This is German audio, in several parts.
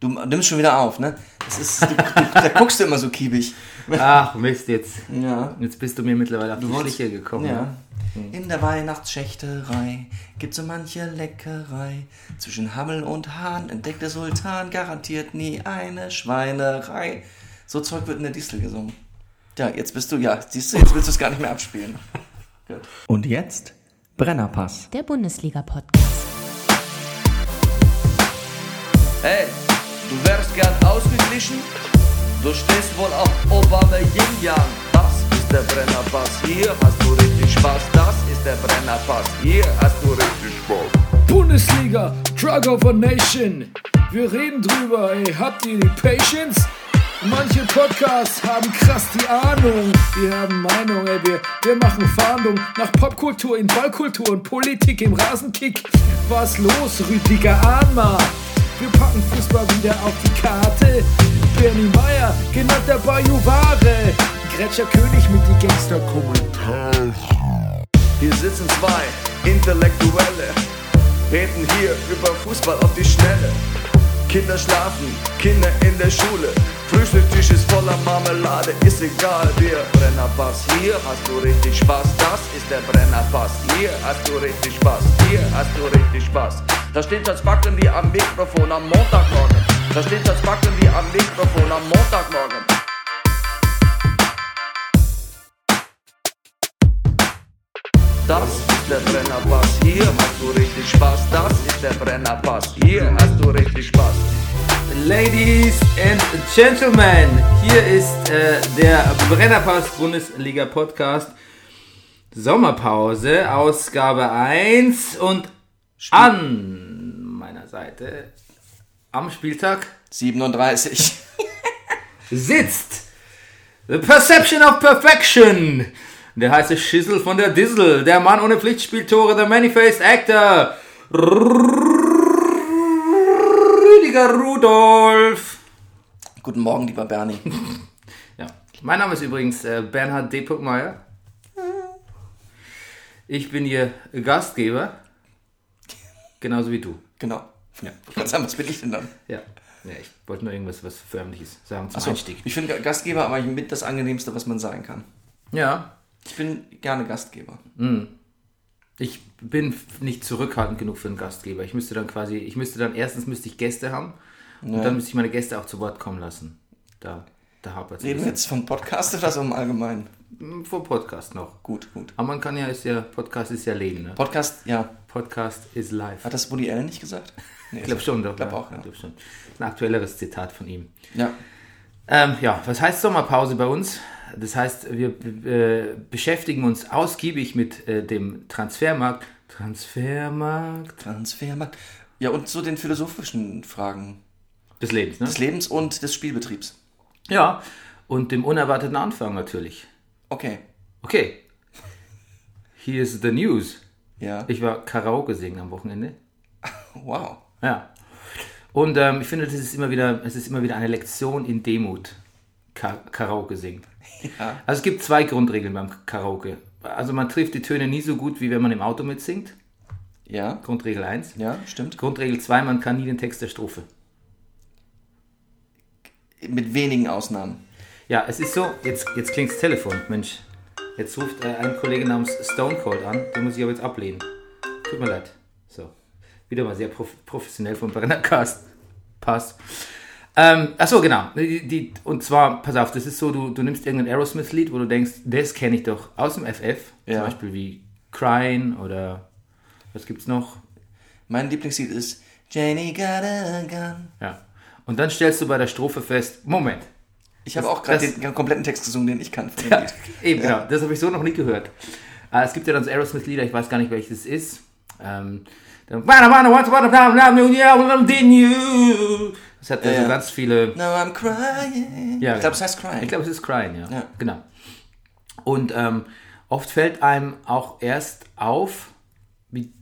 Du nimmst schon wieder auf, ne? Das ist, du, du, da guckst du immer so kiebig. Ach, Mist, jetzt. Ja. Jetzt bist du mir mittlerweile auf die wolltest- Schliche gekommen. Ja. ne? In der Weihnachtsschächterei gibt so manche Leckerei. Zwischen Hammel und Hahn entdeckt der Sultan garantiert nie eine Schweinerei. So Zeug wird in der Distel gesungen. Ja, jetzt bist du, ja, siehst du, jetzt willst du es gar nicht mehr abspielen. Gut. Und jetzt Brennerpass. Der Bundesliga-Podcast. Hey, du wärst gern ausgeglichen? Du stehst wohl auf Obama Yin Yang. Das ist der Brennerpass. Hier hast du richtig Spaß. Das ist der Brennerpass. Hier hast du richtig Spaß. Bundesliga, Drug of a Nation. Wir reden drüber, ey, habt ihr die Patience? Manche Podcasts haben krass die Ahnung. Wir haben Meinung, ey, wir, wir machen Fahndung nach Popkultur in Ballkultur und Politik im Rasenkick. Was los, Rüdiger Ahnma? Wir packen Fußball wieder auf die Karte. Bernie Meyer, genannt der Bayou Ware. Gretscher König mit die Gangster-Kommentare. Hier sitzen zwei Intellektuelle, reden hier über Fußball auf die Schnelle. Kinder schlafen, Kinder in der Schule, Frühstückstisch ist voller Marmelade, ist egal, wir Brennerpass, hier hast du richtig Spaß, das ist der Brennerpass, hier hast du richtig Spaß, hier hast du richtig Spaß. Da steht das Backen wie am Mikrofon am Montagmorgen, da steht das Backen wie am Mikrofon am Montagmorgen. Das ist der Brennerpass, hier hast du richtig Spaß. Das ist der Brennerpass, hier hast du richtig Spaß. Ladies and Gentlemen, hier ist äh, der Brennerpass Bundesliga Podcast. Sommerpause, Ausgabe 1 und an meiner Seite am Spieltag 37. sitzt The Perception of Perfection, der heiße Schissel von der Dissel, der Mann ohne Pflichtspieltore, der Many-Faced Actor, Rüdiger Rudolf. Guten Morgen, lieber Bernie. Ja. Mein Name ist übrigens äh, Bernhard D. Meyer. Ich bin Ihr Gastgeber. Genauso wie du. Genau. Ja. Ich wollte sagen, was bin ich denn dann? Ja. ja ich wollte nur irgendwas was Förmliches sagen zum Achso, Einstieg. ich finde Gastgeber aber mit das Angenehmste, was man sein kann. Ja. Ich bin gerne Gastgeber. Ich bin f- nicht zurückhaltend genug für einen Gastgeber. Ich müsste dann quasi, ich müsste dann, erstens müsste ich Gäste haben und dann müsste ich meine Gäste auch zu Wort kommen lassen. Da, da hapert Reden wir jetzt vom Podcast oder so im Allgemeinen? Vor Podcast noch. Gut, gut. Aber man kann ja, ist ja, Podcast ist ja Leben, ne? Podcast, ja. Podcast is life. Hat das Woody Allen nicht gesagt? Nee, Ich glaube schon, doch. Glaub ja, auch, ja. glaub schon. Ein aktuelleres Zitat von ihm. Ja. Ähm, ja, was heißt Sommerpause bei uns? Das heißt, wir äh, beschäftigen uns ausgiebig mit äh, dem Transfermarkt. Transfermarkt Transfermarkt. Ja, und so den philosophischen Fragen des Lebens, ne? des Lebens und des Spielbetriebs. ja, und dem unerwarteten Anfang natürlich. Okay. Okay, here's the news. Ja. Ich war Karaoke singen am Wochenende. wow. Ja. Und ähm, ich finde, das ist immer wieder, es ist immer wieder eine Lektion in Demut. Ka Karaoke singen. Ja. Also es gibt zwei Grundregeln beim Karaoke. Also man trifft die Töne nie so gut, wie wenn man im Auto mitsingt. Ja. Grundregel 1. Ja, stimmt. Grundregel 2, man kann nie den Text der Strophe. Mit wenigen Ausnahmen. Ja, es ist so, jetzt, jetzt klingt das Telefon, Mensch. Jetzt ruft äh, ein Kollege namens Stone Cold an, den muss ich aber jetzt ablehnen. Tut mir leid. So, wieder mal sehr prof professionell vom Brennercast. Passt. Ähm, achso, genau. Die, die, und zwar, pass auf, das ist so, du, du nimmst irgendein Aerosmith-Lied, wo du denkst, das kenne ich doch aus dem FF. Ja. Zum Beispiel wie Crying oder was gibt's noch? Mein Lieblingslied ist Jenny got a gun. Ja. Und dann stellst du bei der Strophe fest, Moment, Ich habe auch gerade das- den kompletten Text gesungen, den ich kann. Von dem Lied. Eben, genau. Das habe ich so noch nie gehört. Äh, es gibt ja dann so Aerosmith-Lieder, ich weiß gar nicht, welches es ist. Ähm, dann- das hat ja, Ja, ja. so ganz viele. Now I'm crying. Ja, ich glaube, es heißt crying. Ich glaube, es ist Crying, ja. Ja. Genau. Und ähm, oft fällt einem auch erst auf, wie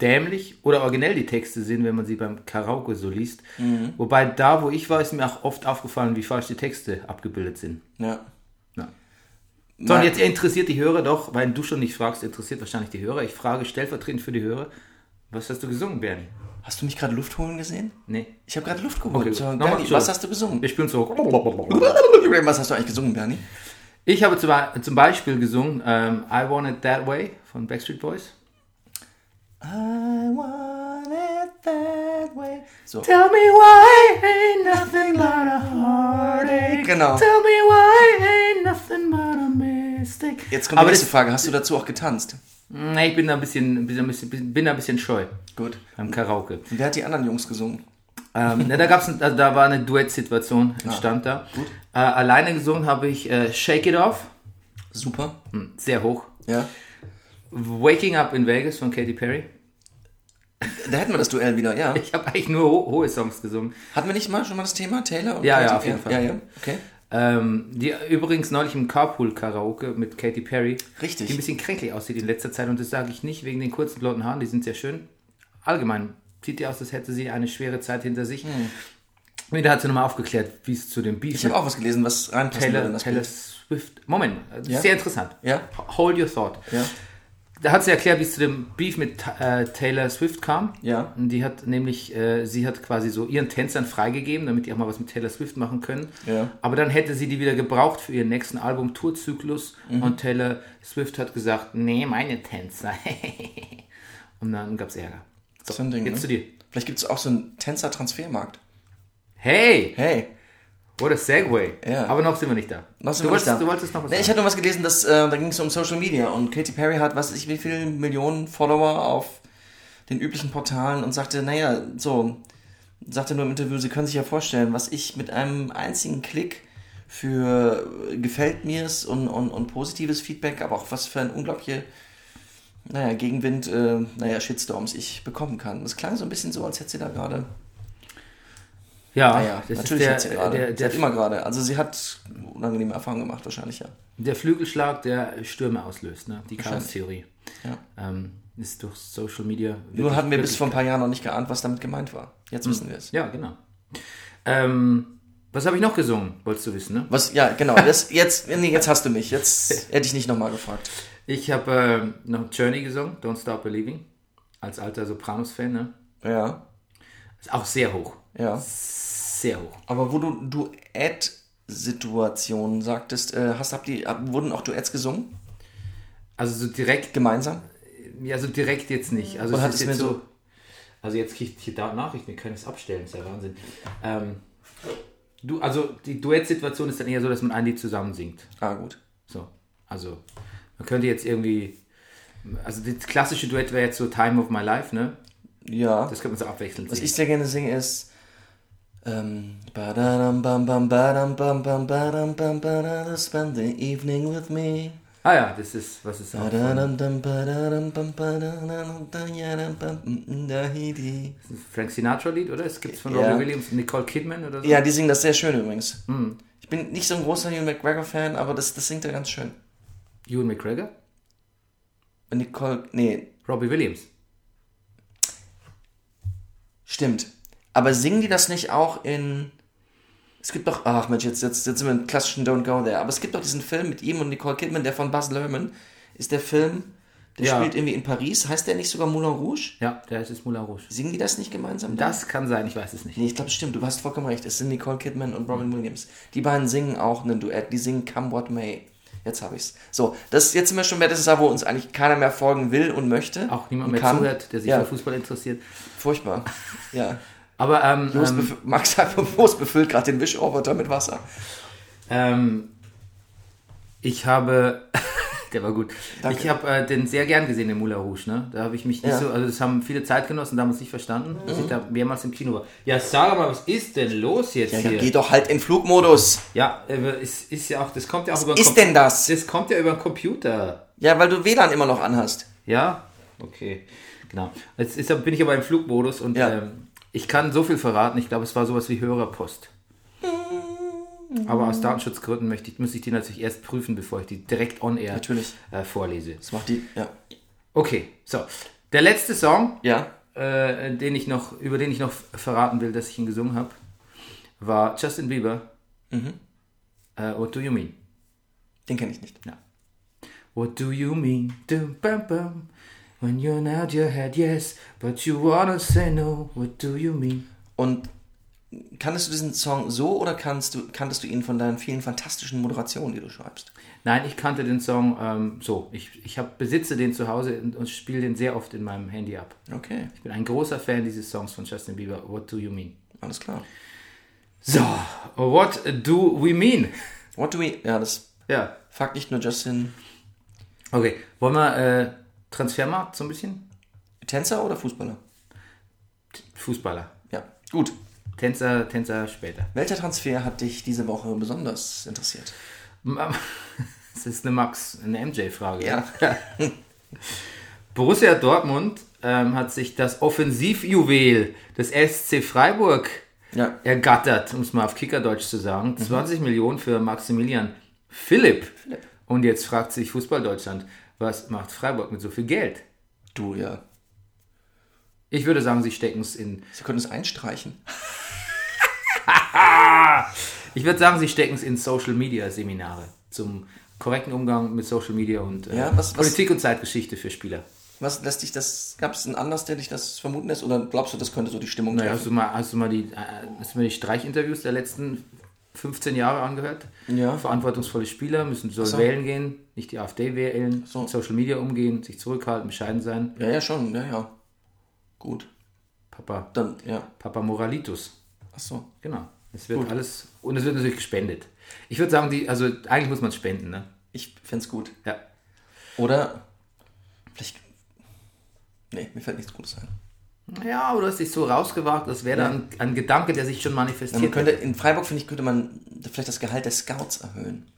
dämlich oder originell die Texte sind, wenn man sie beim Karaoke so liest. Mhm. Wobei da, wo ich war, ist mir auch oft aufgefallen, wie falsch die Texte abgebildet sind. ja. So, und Nein. jetzt interessiert die Hörer doch, weil du schon nicht fragst, interessiert wahrscheinlich die Hörer. Ich frage stellvertretend für die Hörer, was hast du gesungen, Bernie? Hast du mich gerade Luft holen gesehen? Nee. Ich habe gerade Luft geholt. Okay, So, nochmal Bernie, zurück. was hast du gesungen? Ich bin so. Was hast du eigentlich gesungen, Bernie? Ich habe zum, zum Beispiel gesungen ähm, I Want It That Way von Backstreet Boys. I want it that way. So, Tell me why ain't nothing but a heartache. Genau. Tell me why ain't nothing but a mistake. jetzt kommt die Aber nächste das- Frage. Hast du dazu auch getanzt? Nee, ich bin da ein bisschen, ein bisschen, ein bisschen, bin da ein bisschen scheu Gut. beim Karaoke. Und wer hat die anderen Jungs gesungen? Ähm, ne, da gab's, ein- also da war eine Duettsituation Ah, entstand da. Äh, alleine gesungen habe ich äh, Shake It Off, Super. hm, sehr hoch. Ja. Waking Up in Vegas von Katy Perry. Da hätten wir das Duell wieder, ja. Ich habe eigentlich nur ho hohe Songs gesungen. Hatten wir nicht mal schon mal das Thema Taylor? Und Ja, Katy? ja, auf jeden Fall. Ja, ja, okay. Ähm, die übrigens neulich im Carpool Karaoke mit Katy Perry. Richtig. Die ein bisschen kränklich aussieht in letzter Zeit und das sage ich nicht wegen den kurzen blonden Haaren, die sind sehr schön. Allgemein sieht die aus, als hätte sie eine schwere Zeit hinter sich. Und da hat sie nochmal aufgeklärt, wie es zu dem Beef Hm. Ich habe auch was gelesen, was reinpassen würde in Taylor, das Taylor Bild. Swift. Moment, äh, Ja? sehr interessant. Ja. Hold your thought. Ja. Da hat sie erklärt, wie es zu dem Beef mit äh, Taylor Swift kam. Ja. Und die hat nämlich, äh, sie hat quasi so ihren Tänzern freigegeben, damit die auch mal was mit Taylor Swift machen können. Ja. Aber dann hätte sie die wieder gebraucht für ihren nächsten Album-Tourzyklus. Mhm. Und Taylor Swift hat gesagt, nee, meine Tänzer. Und dann gab es Ärger. So, so ein Ding, Jetzt ne? zu dir. Vielleicht gibt es auch so einen Tänzer-Transfermarkt. Hey, Hey, what a Segway. Ja. Aber noch sind wir nicht da. was du, wolltest, du wolltest noch was nee, Ich sagen. hatte nur was gelesen, dass, äh, da ging es um Social Media und Katy Perry hat, was weiß ich, wie viele Millionen Follower auf den üblichen Portalen und sagte, naja, so, sagte nur im Interview, sie können sich ja vorstellen, was ich mit einem einzigen Klick für äh, gefällt mir's und, und, und positives Feedback, aber auch was für ein unglaubliche, naja, Gegenwind, äh, naja, Shitstorms ich bekommen kann. Das klang so ein bisschen so, als hätte sie da gerade Ja, Ah ja, das ist natürlich der, hat sie gerade. der, sie der, hat immer gerade. Also sie hat unangenehme Erfahrungen gemacht wahrscheinlich, ja. der Flügelschlag, der Stürme auslöst, ne? die Wahrscheinlich. Chaos-Theorie. Ja. Ähm, ist durch Social Media. Nur wirklich- hatten wir bis wirklich- vor ein paar Jahren noch nicht geahnt, was damit gemeint war. Jetzt wissen wir es. Ja, genau. Ähm, was habe ich noch gesungen, wolltest du wissen, ne? Was, ja, genau. Das, jetzt, nee, jetzt hast du mich. Jetzt hätte ich nicht nochmal gefragt. Ich habe ähm, noch Journey gesungen, Don't Stop Believing. Als alter Sopranos-Fan, ne? Ja, Ist auch sehr hoch. ja. Sehr hoch. Aber wo du Duett-Situationen sagtest, äh, hast, habt die, ab- wurden auch Duets gesungen? Also so direkt, Gemeinsam? ja, so direkt jetzt nicht. Also Oder es hat ist es jetzt mir so, so- Also jetzt kriege ich hier da Nachrichten, wir können es abstellen, ist ja Wahnsinn. Ähm, du, also die Duettsituation ist dann eher so, dass man ein Lied zusammen singt. Ah, gut. So, also man könnte jetzt irgendwie, also das klassische Duett wäre jetzt so Time of My Life, ne? Ja. Das könnte man so abwechselnd Was singen. ich sehr gerne singe ist. Ähm, badam bam bam badam bam bam badam bam badam spend the evening with me. ah ja, das ist, was ist auch von Badadam-dam, badadam-bam, badadam-dam, dayadam-bam, mm, dahidi. das ist ein Frank Sinatra Lied, oder? Es gibt es von Ja. Robbie Williams und Nicole Kidman oder so. Ja, die singen das sehr schön übrigens. Ich bin nicht so ein großer Ewan McGregor-Fan, aber das, das singt er ganz schön. Ewan McGregor, Nicole, nee, Robbie Williams. stimmt. Aber singen die das nicht auch in... Es gibt doch, ach Mensch, jetzt, jetzt, jetzt sind wir im klassischen Don't Go There, aber es gibt doch diesen Film mit ihm und Nicole Kidman, der von Buzz Luhrmann ist der Film, der Ja. spielt irgendwie in Paris. Heißt der nicht sogar Moulin Rouge? Ja, der ist Moulin Rouge. Singen die das nicht gemeinsam? Das kann sein, ich weiß es nicht. Nee, ich glaube, stimmt, du hast vollkommen recht. Es sind Nicole Kidman und Mhm. Robin Williams. Die beiden singen auch ein Duett. Die singen Come What May. Jetzt habe ich's. So, das, jetzt sind wir schon bei, das ist da, wo uns eigentlich keiner mehr folgen will und möchte. Auch niemand und mehr kann. zuhört, der sich ja, für Fußball interessiert. furchtbar. Ja. Aber ähm, Jos ähm, bef- Max Joost befüllt gerade den Wischroboter mit Wasser. Ähm, ich habe, der war gut. Ich habe äh, den sehr gern gesehen, den Moulin Rouge. Ne? Da habe ich mich nicht Ja. Mhm. so, also das haben viele Zeitgenossen damals nicht verstanden, dass ich da mehrmals im Kino war. Ja, sag mal, was ist denn los jetzt Ja, ja, hier? geh doch halt in Flugmodus. Ja, äh, es ist ja auch, das kommt ja auch über. den ist Computer- denn das? Das kommt ja über den Computer. Ja, weil du WLAN immer noch anhast. Ja. Okay. Genau. Jetzt ist, bin ich aber im Flugmodus und Ja. ähm, ich kann so viel verraten. Ich glaube, es war sowas wie Hörerpost. Aber aus Datenschutzgründen möchte ich, muss ich die natürlich erst prüfen, bevor ich die direkt on air Natürlich. Äh, vorlese. Das macht die, ja. Okay, so. Der letzte Song, Ja, äh, den ich noch, über den ich noch verraten will, dass ich ihn gesungen habe, war Justin Bieber. Mhm. Äh, What do you mean? den kenne ich nicht. What do you mean? Dum, bam, bam. When you're out your head, yes, but you wanna say no, what do you mean? Und kanntest du diesen Song so oder kannst du, kanntest du ihn von deinen vielen fantastischen Moderationen, die du schreibst? Nein, ich kannte den Song ähm, so. Ich, ich hab, besitze den zu Hause und, und spiele den sehr oft in meinem Handy ab. Okay, Ich bin ein großer Fan dieses Songs von Justin Bieber, What Do You Mean? alles klar. So, What Do We Mean? What do we. Ja, das Ja, fuck nicht nur Justin. okay. Wollen wir äh, Transfermarkt so ein bisschen? Tänzer oder Fußballer? Fußballer. Ja, gut. Tänzer, Tänzer später. Welcher Transfer hat dich diese Woche besonders interessiert? Das ähm, ist eine Max, eine MJ-Frage. Ja. Borussia Dortmund ähm, hat sich das Offensivjuwel des SC Freiburg Ja. ergattert, um es mal auf Kickerdeutsch zu Mhm. sagen. 20 Millionen für Maximilian Philipp. Und jetzt fragt sich Fußball Deutschland, was macht Freiburg mit so viel Geld? Du, ja. Ich würde sagen, sie stecken es in. Sie können es einstreichen. Ich würde sagen, sie stecken es in Social Media Seminare zum korrekten Umgang mit Social Media und äh, Ja, was- was- Politik und Zeitgeschichte für Spieler. Was lässt dich das. Gab es einen Anlass, der dich das vermuten lässt? Oder glaubst du, das könnte so die Stimmung Naja, hast treffen? du mal, hast du mal die, äh, hast du mal die Streichinterviews der letzten 15 Jahre angehört? Ja. Verantwortungsvolle Spieler müssen sollen wählen gehen, nicht die AfD wählen, mit so. Social Media umgehen, sich zurückhalten, bescheiden sein. Ja, ja, schon. Ja, ja. Gut. Papa, Dann, ja. Papa Moralitus. Ach so. Genau. Es wird alles und es wird natürlich gespendet. Ich würde sagen, die, also eigentlich muss man spenden, ne? Ich find's gut. Ja. Oder. Vielleicht. Nee, mir fällt nichts Gutes ein. Ja, aber du hast dich so rausgewagt, das wäre dann ein Gedanke, der sich schon Man manifestiert. könnte, in Freiburg, finde ich, könnte man vielleicht das Gehalt der Scouts erhöhen.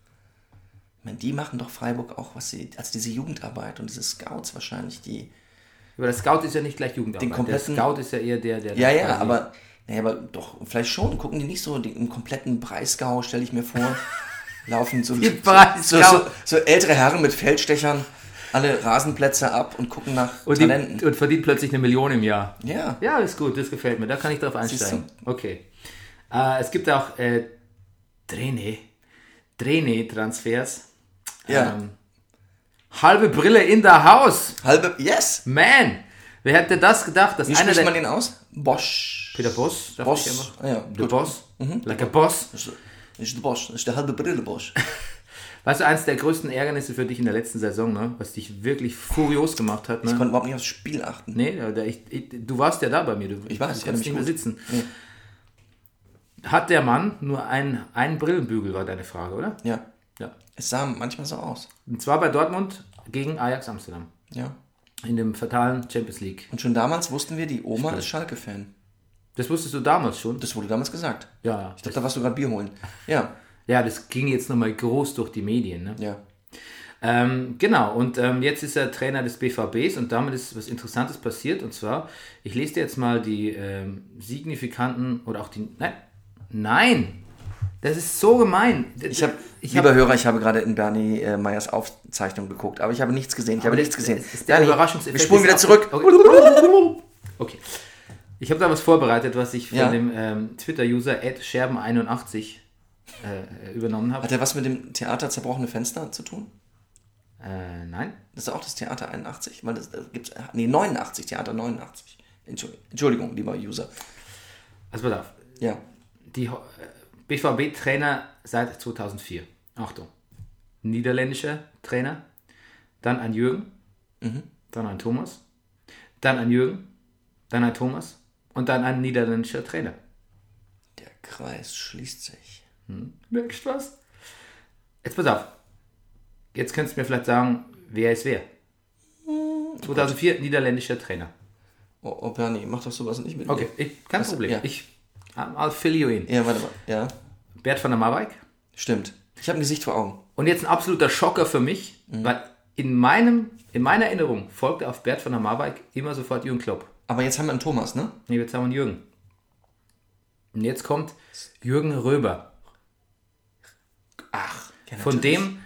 Ich meine, die machen doch Freiburg auch, was sie, also diese Jugendarbeit und diese Scouts wahrscheinlich, die. Aber der Scout ist ja nicht gleich Jugendarbeit. Den kompletten- der Scout ist ja eher der, der Ja, der ja, quasi- aber, Äh, naja, aber doch, vielleicht schon. Gucken die nicht so den, im kompletten Breisgau, stelle ich mir vor. laufen so, Die so, Breisgau. so, so ältere Herren mit Feldstechern alle Rasenplätze ab und gucken nach und, Talenten. die, und verdient plötzlich eine Million im Jahr. ja. Ja, ist gut, das gefällt mir. Da kann ich drauf einsteigen. Siehst Okay. Äh, es gibt auch äh, Drene. Drene-Transfers. ja. Ähm, halbe Brille in der Haus. Halbe, yes! Man! Wer hätte das gedacht, dass Wie einer spricht der... man den aus? Bosch. Peter Boss? darf ich Boss. einfach- Ah, ja, Der gut. Boss? Like a Boss. Ist der Bosch, ist der halbe Brille Bosch. Weißt du, eins der größten Ärgernisse für dich in der letzten Saison, ne? was dich wirklich furios gemacht hat. Ich Ne? konnte überhaupt nicht aufs Spiel achten. Nee, da, da, ich, ich, du warst ja da bei mir. Du, Ich weiß, du ich erinnere konntest mich nicht mehr gut. sitzen. Hat der Mann nur einen, einen Brillenbügel, war deine Frage, oder? Ja, Ja. es sah manchmal so aus. Und zwar bei Dortmund gegen Ajax Amsterdam. Ja. In dem fatalen Champions League. Und schon damals wussten wir, die Oma ist Schalke-Fan. Das wusstest du damals schon. Das wurde damals gesagt. Ja, ja. Ich glaube, da warst du gerade Bier holen. Ja, Ja, das ging jetzt nochmal groß durch die Medien. Ne? ja. Ähm, genau, und ähm, jetzt ist er Trainer des BVBs und damit ist was Interessantes passiert. Und zwar, ich lese dir jetzt mal die ähm, signifikanten oder auch die. Nein! Nein! Das ist so gemein. Ich habe, ich lieber hab, Hörer, ich habe gerade in Bernie äh, Meyers Aufzeichnung geguckt, aber ich habe nichts gesehen. Ich habe nichts gesehen. es ist der Bernie, Überraschungseffekt. Wir spulen ist Oh. wieder zurück. ab- Okay. okay. Ich habe da was vorbereitet, was ich von Ja. dem ähm, Twitter-User scherben81 äh, übernommen habe. Hat er was mit dem Theater zerbrochene Fenster zu tun? Äh, nein. Das ist auch das Theater 81, weil das, das gibt's nee 89 Theater 89. Entschuldigung, Entschuldigung lieber User. Also pass auf. Ja, Die Ho- äh, BVB-Trainer seit 2004. Achtung. Niederländischer Trainer. Dann ein Jürgen. Mhm. Dann ein Thomas. Dann ein Jürgen. Dann ein Thomas. Und dann ein niederländischer Trainer. der Kreis schließt sich. Merkst du was? Jetzt pass auf. Jetzt könntest du mir vielleicht sagen, wer ist wer. Hm. 2004 niederländischer Trainer. Oh, oh Bernie, mach doch sowas nicht mit. Okay, ich, kein Problem. ja. Ich, I'll fill you in. Mir. Ja, warte mal. Ja, Bert van der Marwijk. stimmt. Ich habe ein Gesicht vor Augen. Und jetzt ein absoluter Schocker für mich, weil in, meinem, in meiner Erinnerung folgte auf Bert von der Marwijk immer sofort Jürgen Klopp. Aber jetzt haben wir einen Thomas, ne? Nee, jetzt haben wir einen Jürgen. Und jetzt kommt Jürgen Röber. Ja, Von natürlich. dem,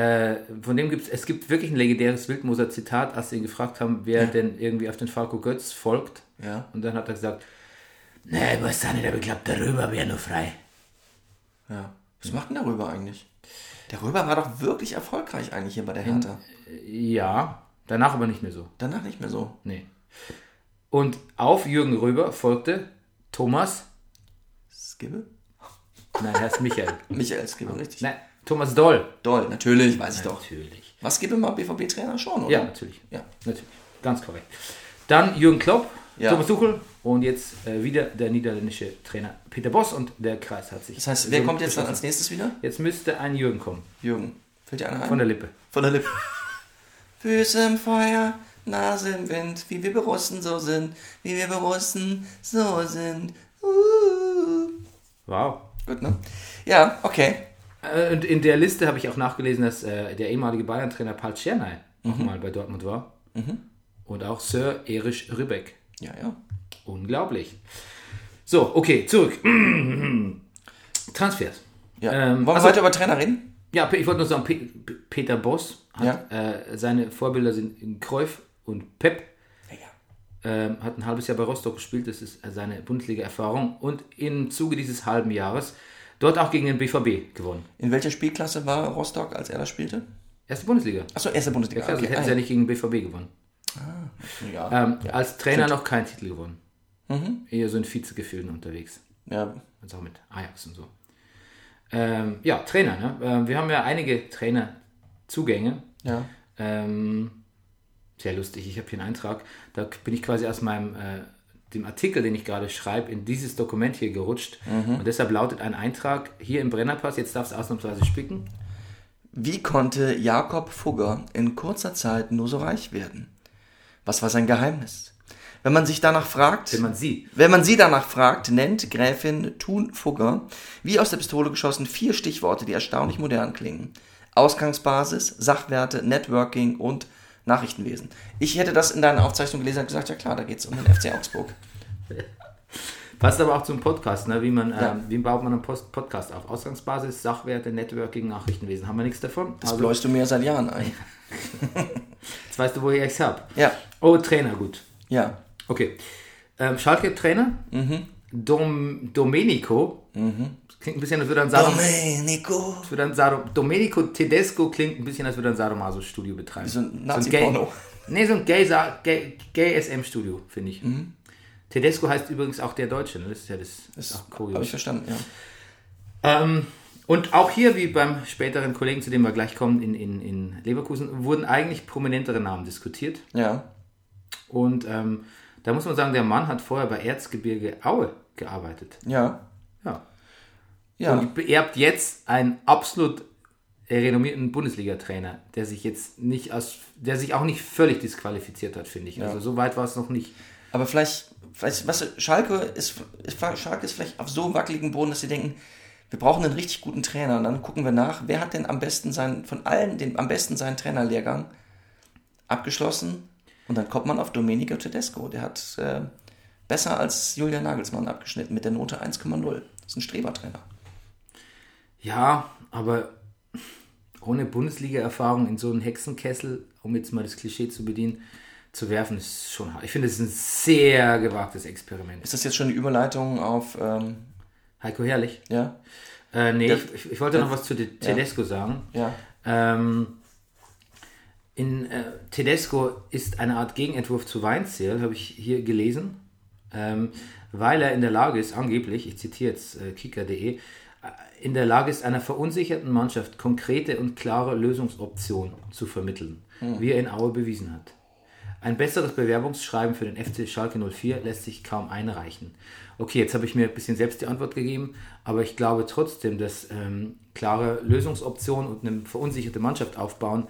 äh, von dem gibt es gibt wirklich ein legendäres Wildmoser-Zitat, als sie ihn gefragt haben, wer denn irgendwie auf den Falco Götz folgt. Ja. Und dann hat er gesagt, nee, du weißt ja nicht, der bekloppte Röber wäre nur frei. Ja. Was macht denn der Röber eigentlich? Der Röber war doch wirklich erfolgreich eigentlich hier bei der Hertha. Ja, Danach aber nicht mehr so. Danach nicht mehr so. Nee. Und auf Jürgen Röber folgte Thomas, Skibbe? nein, er ist Michael. Michael Skibbe, richtig. Hm. nein, Thomas Doll. Doll, natürlich, weiß ich doch. Natürlich. Was Skibbe mal BVB-Trainer schon, oder? Ja, natürlich. Ja. Natürlich. Ganz korrekt. Dann Jürgen Klopp, Ja. Thomas Tuchel und jetzt äh, wieder der niederländische Trainer Peter Boss und der Kreis hat sich. Das heißt, wer so kommt jetzt dann als geschlossen. nächstes wieder? Jetzt müsste ein Jürgen kommen. Jürgen. Fällt dir einer ein? Von der Lippe. Von der Lippe. Füße im Feuer, Nase im Wind, wie wir Russen so sind, wie wir Russen so sind. Uh. Wow. Gut, ne? Ja, okay. Äh, Und in der Liste habe ich auch nachgelesen, dass äh, der ehemalige Bayern-Trainer Paul Czernay auch Mhm. mal bei Dortmund war. Und auch Sir Erich Ribbeck. Ja, ja. Unglaublich. So, okay, zurück. Transfers. ja. Ähm, Wollen wir also- heute über Trainer reden? Ja, Pe- ich wollte nur sagen, Pe Pe- Peter Boss hat, äh, seine Vorbilder sind Kreuf und Pep. Ja, ja. Ähm, hat ein halbes Jahr bei Rostock gespielt, das ist äh, seine Bundesliga-Erfahrung. Und im Zuge dieses halben Jahres dort auch gegen den BVB gewonnen. In welcher Spielklasse war Rostock, als er das spielte? Erste Bundesliga. Achso, erste Bundesliga. Also okay. hätten ah, sie ja nicht gegen den BVB gewonnen. ja. Mhm. Ähm, Als Trainer noch keinen Titel gewonnen. Eher so in Vizegefühlen unterwegs. ja. Also auch mit Ajax und so. Ähm, ja, Trainer. Ne? Ähm, wir haben ja einige Trainerzugänge. Ja. Ähm, sehr lustig, ich habe hier einen Eintrag. Da bin ich quasi aus meinem äh, dem Artikel, den ich gerade schreibe, in dieses Dokument hier gerutscht. Mhm. Und deshalb lautet ein Eintrag hier im Brennerpass, jetzt darfst du ausnahmsweise spicken. Wie konnte Jakob Fugger in kurzer Zeit nur so reich werden? Was war sein Geheimnis? Wenn man sich danach fragt, Wenn man sie. Wenn man sie danach fragt, nennt Gräfin Thun Fugger, wie aus der Pistole geschossen, vier Stichworte, die erstaunlich modern klingen. Ausgangsbasis, Sachwerte, Networking und Nachrichtenwesen. Ich hätte das in deiner Aufzeichnung gelesen und gesagt, ja klar, da geht es um den FC Augsburg. Passt aber auch zum Podcast, ne? wie, man, ähm, Ja. wie baut man einen Post Podcast auf? Ausgangsbasis, Sachwerte, Networking, Nachrichtenwesen. Haben wir nichts davon? Also, Das bläust Also du mir seit Jahren ein. jetzt weißt du, wo ich es habe. Ja, Oh, Trainer, gut. ja. Okay. Ähm, Schalke-Trainer? Mhm. Dom Domenico? Klingt ein bisschen, als würde er ein Sadom Domenico. als würde er ein Sadom Domenico Tedesco klingt ein bisschen, als würde er ein Sadomaso-Studio betreiben. So ein Gay- Nazi-Porno. Nee, so ein Gay-SM-Studio, Gay, Gay SM-Studio, finde ich. Mhm. Tedesco heißt übrigens auch der Deutsche, ne? das ist ja das, das ist auch Habe ich kurios. verstanden, ja. Ähm, und auch hier, wie beim späteren Kollegen, zu dem wir gleich kommen, in, in, in Leverkusen, wurden eigentlich prominentere Namen diskutiert. Ja, Und ähm, da muss man sagen, der Mann hat vorher bei Erzgebirge Aue gearbeitet. ja, Ja. ja. Und beerbt jetzt einen absolut renommierten Bundesliga-Trainer, der sich jetzt nicht aus, der sich auch nicht völlig disqualifiziert hat, finde ich. Also so weit war es noch nicht. Aber vielleicht, vielleicht weißt du, Schalke ist, ist, Schalke ist vielleicht auf so wackeligen Boden, dass sie denken, wir brauchen einen richtig guten Trainer. Und dann gucken wir nach, wer hat denn am besten seinen, von allen den am besten seinen Trainerlehrgang abgeschlossen. Und dann kommt man auf Domenico Tedesco. Der hat äh, besser als Julian Nagelsmann abgeschnitten mit der Note 1,0. Das ist ein Strebertrainer. Ja, aber ohne Bundesliga-Erfahrung in so einen Hexenkessel, um jetzt mal das Klischee zu bedienen, zu werfen, ist schon hart. Ich finde, es ist ein sehr gewagtes Experiment. Ist das jetzt schon die Überleitung auf, ähm, Heiko Herrlich. ja, Äh, nee, ich- ich, ich wollte noch was zu Te- Tedesco sagen. ja, Ähm, in äh, Tedesco ist eine Art Gegenentwurf zu Weinzierl, habe ich hier gelesen, ähm, weil er in der Lage ist, angeblich, ich zitiere jetzt äh, kicker.de, äh, in der Lage ist, einer verunsicherten Mannschaft konkrete und klare Lösungsoptionen zu vermitteln, wie er in Aue bewiesen hat. Ein besseres Bewerbungsschreiben für den FC Schalke 04 lässt sich kaum einreichen. Okay, jetzt habe ich mir ein bisschen selbst die Antwort gegeben, aber ich glaube trotzdem, dass ähm, klare Lösungsoptionen und eine verunsicherte Mannschaft aufbauen,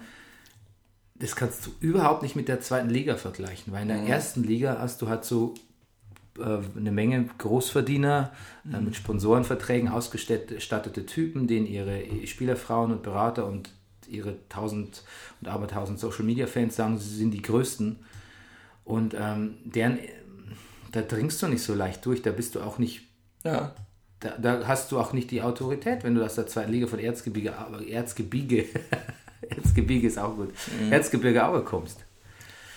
das kannst du überhaupt nicht mit der zweiten Liga vergleichen, weil in der ersten Liga hast du halt so äh, eine Menge Großverdiener äh, mit Sponsorenverträgen ausgestattete Typen, denen ihre Spielerfrauen und Berater und ihre 1000 und aber 1000 Social Media Fans sagen, sie sind die größten. Und ähm, deren, da dringst du nicht so leicht durch, da bist du auch nicht ja. da, da hast du auch nicht die Autorität, wenn du aus der zweiten Liga von Erzgebirge, Aue- Erzgebirge, Erzgebirge ist auch gut, Mhm. Erzgebirge Aue kommst.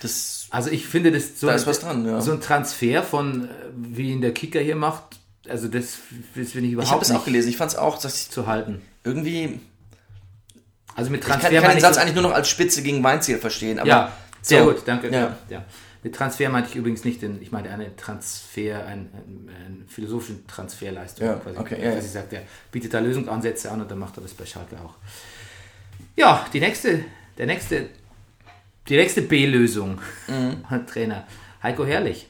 Das, Also ich finde das so, Da ist was dran, ja. so ein Transfer von, äh, wie ihn der Kicker hier macht, also das, das finde ich ich habe überhaupt das auch nicht gelesen. Ich fand es auch, dass ich zu halten. irgendwie Also mit Ich kann, Transfer ich kann meine den Satz so- eigentlich nur noch als Spitze gegen Weinziel verstehen, aber Ja. Sehr So. gut, danke. Ja. Ja. Ja. Mit Transfer meinte ich übrigens nicht, den, ich meine einen Transfer, einen, einen philosophischen Transferleistung. Ja, okay, ja, ja. Also ich sagt, er bietet da Lösungsansätze an und dann macht er das bei Schalke auch. Ja, die nächste, der nächste, die nächste B-Lösung, Mhm. Trainer Heiko Herrlich.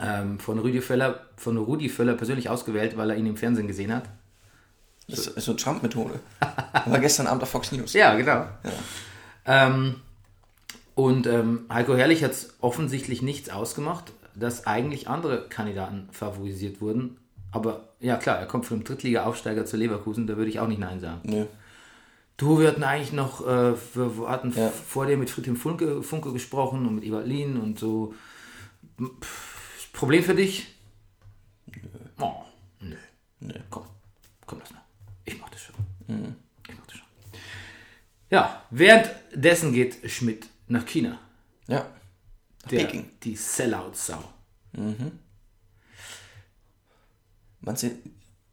Ähm, von, Rudi Völler, von Rudi Völler persönlich ausgewählt, weil er ihn im Fernsehen gesehen hat. Das ist so eine Trump-Methode. War gestern Abend auf Fox News. Ja, genau. Ähm, und ähm, Heiko Herrlich hat offensichtlich nichts ausgemacht, dass eigentlich andere Kandidaten favorisiert wurden. Aber ja, klar, er kommt von einem Drittliga-Aufsteiger zu Leverkusen, da würde ich auch nicht Nein sagen. Nö. Du, wir hatten eigentlich noch, äh, wir wir hatten Ja. vor dir mit Friedhelm Funke, Funke gesprochen und mit Evalin und so. Pff, Problem für dich? Nö. Oh, nö. nö. Komm, komm, lass mal. Ich mach das schon. Ich mach das schon. Ja, währenddessen geht Schmidt nach China. Ja. Der, Peking. die Sellout-Sau. Manche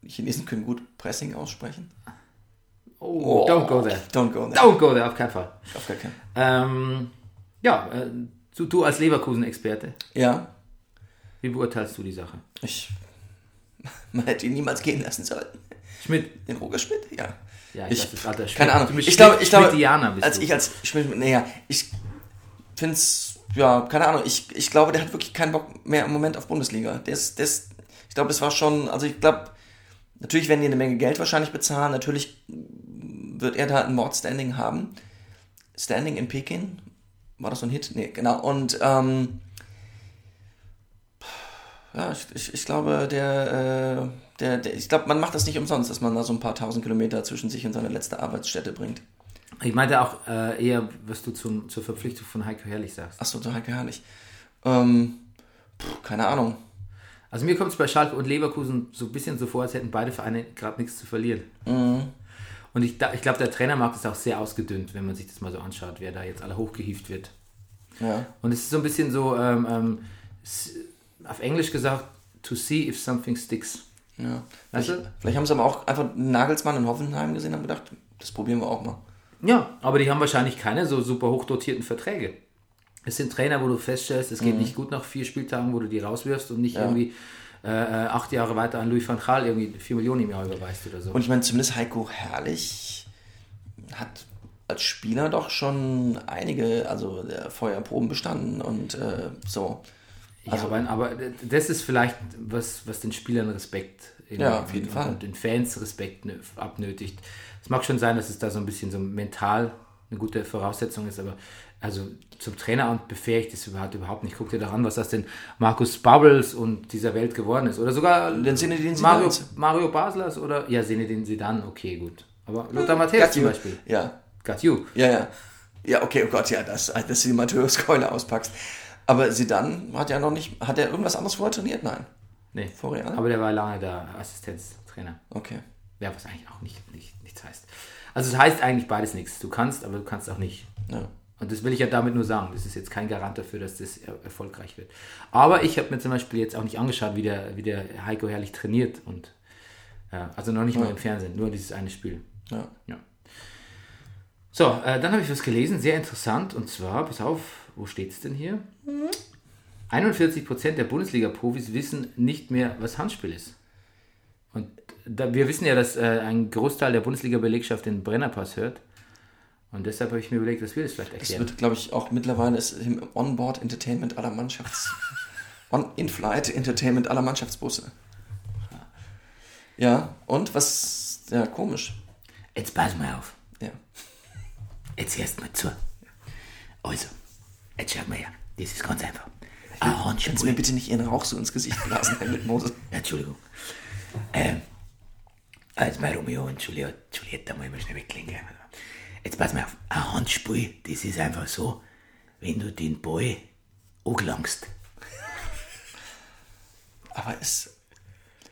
Chinesen können gut Pressing aussprechen. Oh, don't go there. Don't go there. Don't go there, auf keinen Fall. Auf gar keinen. Ähm, ja, äh, du, du als Leverkusen-Experte, Ja, wie beurteilst du die Sache? ich. Man hätte ihn niemals gehen lassen sollen. Schmidt, Den Roger Schmidt? Ja. Ja, ich ich, weiß nicht, Alter, Schmidt- keine du Ahnung. bist Ich glaube, ich glaube, Schmidtianer bist als du. ich als Schmidt, naja, ich find's, ja, keine Ahnung. Ich, ich glaube, der hat wirklich keinen Bock mehr im Moment auf Bundesliga. Der ist, der ist, ich glaube, das war schon, also ich glaube, natürlich werden die eine Menge Geld wahrscheinlich bezahlen. Natürlich wird er da ein Mordstanding haben. Standing in Peking. War das so ein Hit? Nee, genau. Und, ähm, ja, ich, ich, ich glaube, der, äh, der, der, ich glaube, man macht das nicht umsonst, dass man da so ein paar tausend Kilometer zwischen sich und seine letzte Arbeitsstätte bringt. Ich meinte auch äh, eher, was du zum, zur Verpflichtung von Heiko Herrlich sagst. Achso, total gar nicht. Ähm, pff, keine Ahnung. Also mir kommt es bei Schalke und Leverkusen so ein bisschen so vor, als hätten beide Vereine gerade nichts zu verlieren. Und ich, da- ich glaube, der Trainermarkt ist auch sehr ausgedünnt, wenn man sich das mal so anschaut, wer da jetzt alle hochgehieft wird. Ja. Und es ist so ein bisschen so, ähm, ähm, s- auf Englisch gesagt, to see if something sticks. ja. Weißt Vielleicht, du? vielleicht haben sie aber auch einfach Nagelsmann in Hoffenheim gesehen und haben gedacht, das probieren wir auch mal. Ja, aber die haben wahrscheinlich keine so super hochdotierten Verträge. Es sind Trainer, wo du feststellst, es geht nicht gut nach vier Spieltagen, wo du die rauswirfst und nicht irgendwie äh, äh, acht Jahre weiter an Louis van Gaal irgendwie vier Millionen im Jahr überweist oder so. Und ich meine, zumindest Heiko Herrlich hat als Spieler doch schon einige, also äh, Feuerproben bestanden und äh, so. ja, aber, Also aber das ist vielleicht was, was den Spielern Respekt irgendwie Ja, auf jeden und, Fall. und den Fans Respekt ne- abnötigt. Es mag schon sein, dass es da so ein bisschen so mental eine gute Voraussetzung ist, aber also zum Traineramt befähigt ist überhaupt überhaupt nicht. Guck dir doch an, was aus den Markus Bubbles und dieser Welt geworden ist. Oder sogar Den Zinedine Zidane. Mario, Mario Baslers oder ja, Zinedine Zidane, okay, gut. Aber Lothar Hm, Matthäus zum Beispiel. Ja, Got you. Ja, ja. Ja, okay, oh Gott, ja, das, dass du die Matthäus-Keule auspackst. Aber Sidan hat ja noch nicht, hat er irgendwas anderes vorher trainiert? Nein. Nee. Vor Real? Aber der war lange da Assistenztrainer. Okay. Ja, was eigentlich auch nicht, nicht, nichts heißt. Also es heißt eigentlich beides nichts. Du kannst, aber du kannst auch nicht. Ja. Und das will ich ja damit nur sagen. Das ist jetzt kein Garant dafür, dass das er erfolgreich wird. Aber ich habe mir zum Beispiel jetzt auch nicht angeschaut, wie der, wie der Heiko herrlich trainiert. und äh, Also noch nicht mal im Fernsehen, nur dieses eine Spiel. ja. Ja. So, äh, dann habe ich was gelesen, sehr interessant. Und zwar, pass auf, wo steht's denn hier? 41% der Bundesliga-Profis wissen nicht mehr, was Handspiel ist. Und da, wir wissen ja, dass äh, ein Großteil der Bundesliga-Belegschaft den Brennerpass hört. Und deshalb habe ich mir überlegt, dass wir das vielleicht Das erklären. wird, glaube ich, auch mittlerweile ist im Onboard Entertainment aller Mannschafts. On In-Flight Entertainment aller Mannschaftsbusse. Ja, und was, ja, komisch. Jetzt pass mal auf. Ja. Jetzt hörst mal zu. Also, jetzt schaut mal her. Das ist ganz einfach. Ein Kannst Handspiel. du mir bitte nicht ihren Rauch so ins Gesicht blasen, Herr Mitmose? Entschuldigung. Ähm, als mein Romeo und Juliet, Juliet, da muss ich mal schnell wegklinken. Jetzt pass mal auf. Ein Handspiel, das ist einfach so, wenn du den Ball angelangst. Aber es,